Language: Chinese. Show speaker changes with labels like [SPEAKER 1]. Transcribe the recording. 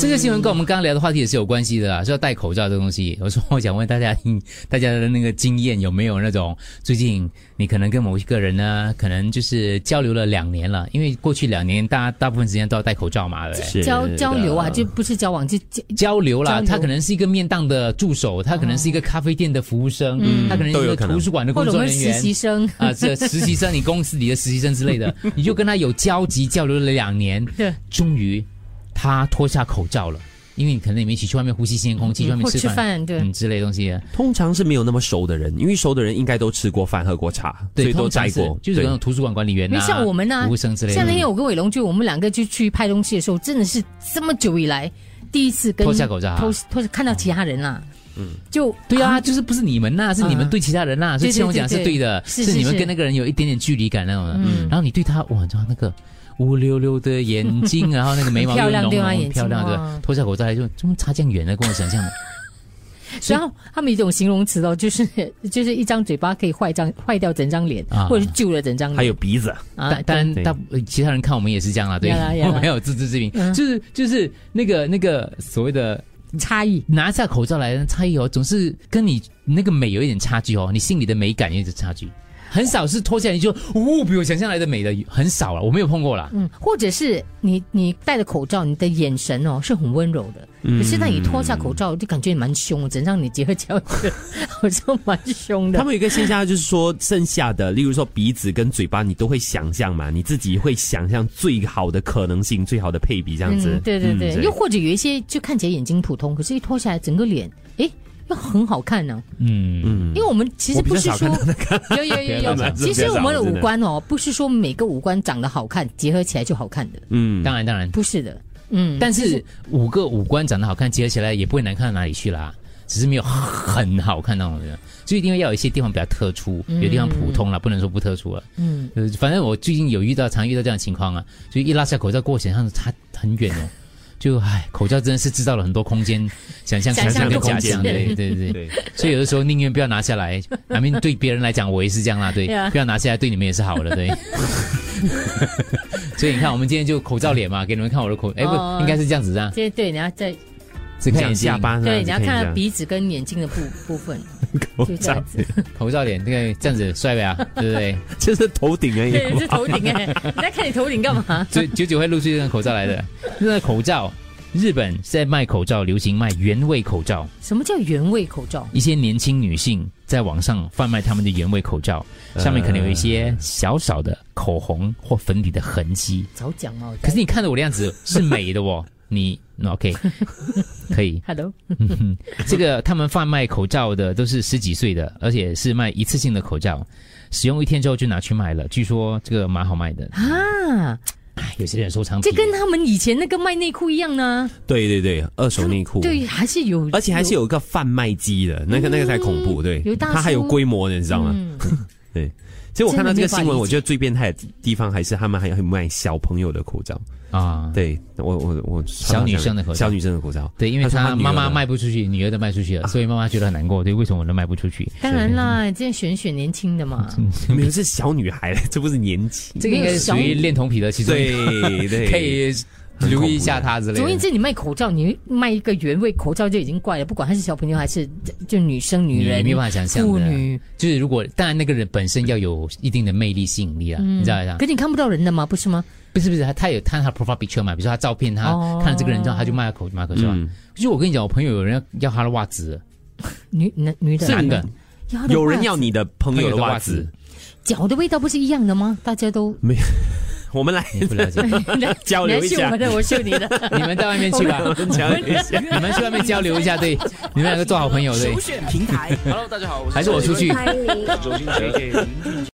[SPEAKER 1] 这个新闻跟我们刚刚聊的话题也是有关系的啦，说戴口罩这个东西。我说我想问大家，嗯大家的那个经验有没有那种最近你可能跟某一个人呢，可能就是交流了两年了，因为过去两年大家大部分时间都要戴口罩嘛，对不对。
[SPEAKER 2] 是
[SPEAKER 3] 交交流
[SPEAKER 1] 嗯
[SPEAKER 3] 啊，就不是交往，就交
[SPEAKER 1] 交流啦，
[SPEAKER 3] 交流
[SPEAKER 1] 他可能是一个面档的助手，他可能是一个咖啡店的服务生，他可能是
[SPEAKER 2] 都
[SPEAKER 1] 一
[SPEAKER 2] 有
[SPEAKER 1] 个
[SPEAKER 2] 可能
[SPEAKER 1] 图书馆的
[SPEAKER 3] 嗯或
[SPEAKER 1] 工
[SPEAKER 3] 者我
[SPEAKER 1] 作
[SPEAKER 3] 们
[SPEAKER 1] 人
[SPEAKER 3] 实
[SPEAKER 1] 员
[SPEAKER 3] 习生，
[SPEAKER 1] 啊，这实习生，你公司里的实习生之类的，你就跟他有交集，交流了两年，
[SPEAKER 3] 对，
[SPEAKER 1] 终于他脱下口罩了，因为你可能你们一起去外面呼吸新鲜空气，去外面
[SPEAKER 3] 或
[SPEAKER 1] 吃
[SPEAKER 3] 吃
[SPEAKER 1] 饭。
[SPEAKER 3] 饭，对，
[SPEAKER 1] 嗯，之类的东西的，
[SPEAKER 2] 通常是没有那么熟的人，因为熟的人应该都吃过饭、喝过茶，所
[SPEAKER 1] 对，
[SPEAKER 2] 以都
[SPEAKER 1] 通
[SPEAKER 2] 待
[SPEAKER 1] 常是
[SPEAKER 2] 过。
[SPEAKER 1] 就是
[SPEAKER 2] 对
[SPEAKER 1] 那种图书馆管理员
[SPEAKER 3] 因
[SPEAKER 1] 啊，
[SPEAKER 3] 为像我们啊
[SPEAKER 1] 服务生之类的，
[SPEAKER 3] 像那天我跟伟龙就我们两个就去拍东西的时候，真的是这么久以来第一次跟
[SPEAKER 1] 脱下口罩啊
[SPEAKER 3] 脱脱下看到其他人啦、嗯，就
[SPEAKER 1] 对啊，就是不是你们呐，是你们对其他人呐，所以
[SPEAKER 3] 对对
[SPEAKER 1] 千荣讲
[SPEAKER 3] 对
[SPEAKER 1] 是对的，
[SPEAKER 3] 是是
[SPEAKER 1] 你们
[SPEAKER 3] 是嗯
[SPEAKER 1] 跟那个人有一点点距离感那种的，然后你对他哇，你知道那个。乌溜溜的眼 睛，然后那个眉毛又
[SPEAKER 3] 很漂亮
[SPEAKER 1] 浓
[SPEAKER 3] 对吗
[SPEAKER 1] 浓
[SPEAKER 3] 眼睛
[SPEAKER 1] 漂
[SPEAKER 3] 哦
[SPEAKER 1] 亮
[SPEAKER 3] 哇
[SPEAKER 1] 的，脱下口罩来就怎么差这样远呢？跟我想象的，所以
[SPEAKER 3] 然后他们有一种形容词哦，就是 就是一张嘴巴可以坏张坏掉整张脸，
[SPEAKER 1] 啊
[SPEAKER 3] 或者是救了整张脸，
[SPEAKER 2] 还有鼻子，
[SPEAKER 3] 啊
[SPEAKER 1] 但，当然，
[SPEAKER 2] 对
[SPEAKER 1] 大呃其他人看我们也是这样啦，对，
[SPEAKER 3] 呀啦呀 啦
[SPEAKER 1] 我没有自知之明，
[SPEAKER 3] 嗯
[SPEAKER 1] 就是就是那个那个所谓的
[SPEAKER 3] 差异。
[SPEAKER 1] 拿下口罩来的差异哦，总是跟你那个美有一点差距哦，你心里的美感有一点差距，很少是脱下来就哦，比我想象来的美的很少了，我没有碰过啦。
[SPEAKER 3] 嗯，或者是你你戴着口罩，你的眼神哦是很温柔的，
[SPEAKER 2] 嗯
[SPEAKER 3] 可是当你脱下口罩，就感觉你蛮凶的，整张你结合起来，我觉得 好像蛮凶的
[SPEAKER 2] 他。们有一个现象就是说，剩下的，例如说鼻子跟嘴巴，你都会想象嘛，你自己会想象最好的可能性、最好的配比这样子。
[SPEAKER 3] 嗯，对对
[SPEAKER 2] 嗯
[SPEAKER 3] 对，又或者有一些就看起来眼睛普通，可是一脱下来整个脸，诶，又很好看呢、
[SPEAKER 1] 嗯，
[SPEAKER 3] 因为我们其实
[SPEAKER 2] 我比
[SPEAKER 3] 不
[SPEAKER 2] 较
[SPEAKER 3] 是
[SPEAKER 2] 少
[SPEAKER 3] 说
[SPEAKER 2] 看到那
[SPEAKER 3] 有有有
[SPEAKER 1] 别的
[SPEAKER 3] 有，
[SPEAKER 1] 男
[SPEAKER 2] 生
[SPEAKER 3] 其实
[SPEAKER 2] 比较少
[SPEAKER 3] 我们的
[SPEAKER 2] 真
[SPEAKER 3] 五
[SPEAKER 2] 的
[SPEAKER 3] 官哦，不是说每个五官长得好看，结合起来就好看的，
[SPEAKER 2] 嗯，
[SPEAKER 1] 当然当然，
[SPEAKER 3] 不是的。嗯，
[SPEAKER 1] 但是五个五官长得好看，结合起来也不会难看到哪里去啦，只是没有很好看那种的，所以一定要有一些地方比较特殊，有地方普通啦，不能说不特殊啊。
[SPEAKER 3] 嗯，
[SPEAKER 1] 呃，反正我最近有遇到，常遇到这样的情况啊，就一拉下口罩，跟我想象的差很远哦。就唉，口罩真的是制造了很多空间，想象
[SPEAKER 3] 想象
[SPEAKER 1] 跟
[SPEAKER 3] 的
[SPEAKER 1] 假
[SPEAKER 3] 空间
[SPEAKER 1] 象，对对对。
[SPEAKER 2] 对，
[SPEAKER 1] 所以有的时候宁愿不要拿下 来，I mean 对别人来讲我也是这样啦，对
[SPEAKER 3] Yeah
[SPEAKER 1] 不要拿下来对你们也是好的， 对。所以你看，我们今天就口罩脸嘛，给你们看我的口，哎、
[SPEAKER 3] 哦
[SPEAKER 1] 不，应该是这样子啊，
[SPEAKER 3] 对对，你要在
[SPEAKER 1] 只看眼
[SPEAKER 2] 想
[SPEAKER 1] 睛
[SPEAKER 2] 下，巴呢，
[SPEAKER 3] 对你
[SPEAKER 2] 就
[SPEAKER 3] 要
[SPEAKER 2] 可以
[SPEAKER 3] 看
[SPEAKER 2] 这
[SPEAKER 3] 到
[SPEAKER 2] 样
[SPEAKER 3] 鼻子跟眼睛的部部分， 就这样子。
[SPEAKER 1] 口罩脸，这个这样子帅呗啊，对不 对？
[SPEAKER 2] 就是头顶而已。
[SPEAKER 3] 对，是头顶哎、你在看你头顶干嘛？
[SPEAKER 1] 所以九九会陆续用口罩来的，那口罩。日本现在卖口罩，流行卖原味口罩。
[SPEAKER 3] 什么叫原味口罩？
[SPEAKER 1] 一些年轻女性在网上贩卖她们的原味口罩，上面可能有一些小小的口红或粉底的痕迹。
[SPEAKER 3] 早讲啊嘛！我在
[SPEAKER 1] 可是你看着我的样子是美的 哦，你那 OK 可以。
[SPEAKER 3] Hello，
[SPEAKER 1] 这个他们贩卖口罩的都是十几岁的，而且是卖一次性的口罩，使用一天之后就拿去卖了。据说这个蛮好卖的，
[SPEAKER 3] 啊，
[SPEAKER 1] 哎有些人收藏癖
[SPEAKER 3] 这跟他们以前那个卖内裤一样呢。
[SPEAKER 2] 对对对，二手内裤。
[SPEAKER 3] 对，还是有，
[SPEAKER 2] 而且还是有一个贩卖机的，那个那个才恐怖，对
[SPEAKER 3] 嗯有，大叔嗯
[SPEAKER 2] 它还有规模的，你知道吗？对，其实我看到这个
[SPEAKER 3] 真
[SPEAKER 2] 新
[SPEAKER 3] 的没法理
[SPEAKER 2] 闻，
[SPEAKER 3] 解
[SPEAKER 2] 我觉得最变态的地方还是他们还有卖小朋友的口罩，
[SPEAKER 1] 啊，
[SPEAKER 2] 对我我我
[SPEAKER 1] 小女生的口罩
[SPEAKER 2] 小女生的口罩，
[SPEAKER 1] 对，因为
[SPEAKER 2] 他说
[SPEAKER 1] 他
[SPEAKER 2] 他女儿
[SPEAKER 1] 妈妈
[SPEAKER 2] 的啊
[SPEAKER 1] 卖不出去，女儿的卖出去了，所以妈妈觉得很难过。对，为什么我的卖不出去？
[SPEAKER 3] 当然啦，这样选选年轻的嘛。
[SPEAKER 2] 没有是小女孩， 这不是年纪，
[SPEAKER 1] 这个应该是属于恋童癖的其中一个，
[SPEAKER 2] 对 对，
[SPEAKER 1] 可以留意一下他之类
[SPEAKER 3] 总而言
[SPEAKER 1] 的。
[SPEAKER 3] 之，你卖口罩，你卖一个原味口罩就已经怪了，不管他是小朋友还是就女生、女
[SPEAKER 1] 你
[SPEAKER 3] 人、
[SPEAKER 1] 没办法想象的
[SPEAKER 3] 妇女，
[SPEAKER 1] 就是如果当然那个人本身要有一定的魅力吸引力啊，
[SPEAKER 3] 嗯
[SPEAKER 1] 你知道吗
[SPEAKER 3] 可？你看不到人的嘛，不是吗？
[SPEAKER 1] 不是不是，他他有看他的 profile picture 嘛，比如说他照片，他
[SPEAKER 3] 哦
[SPEAKER 1] 看了这个人之后，他就卖口卖口罩。
[SPEAKER 2] 嗯
[SPEAKER 1] 就是我跟你讲，我朋友有人要要他的袜子，
[SPEAKER 3] 女男女的，
[SPEAKER 1] 真的，
[SPEAKER 3] 要的袜子
[SPEAKER 2] 有人要你的朋友的袜子，
[SPEAKER 3] 脚的味道不是一样的吗？大家都
[SPEAKER 2] 我们 来
[SPEAKER 1] 你不了解，
[SPEAKER 2] 交流一
[SPEAKER 3] 你还秀
[SPEAKER 2] 下
[SPEAKER 3] 我，的，我秀你的，
[SPEAKER 1] 你们到外面去吧，
[SPEAKER 2] 交流一 下，
[SPEAKER 1] 你们去外面交流一下，对，你们两个做好朋友，对
[SPEAKER 4] 首，选平台。Hello，大家好，我
[SPEAKER 1] 还是我出去。
[SPEAKER 5] 欢迎。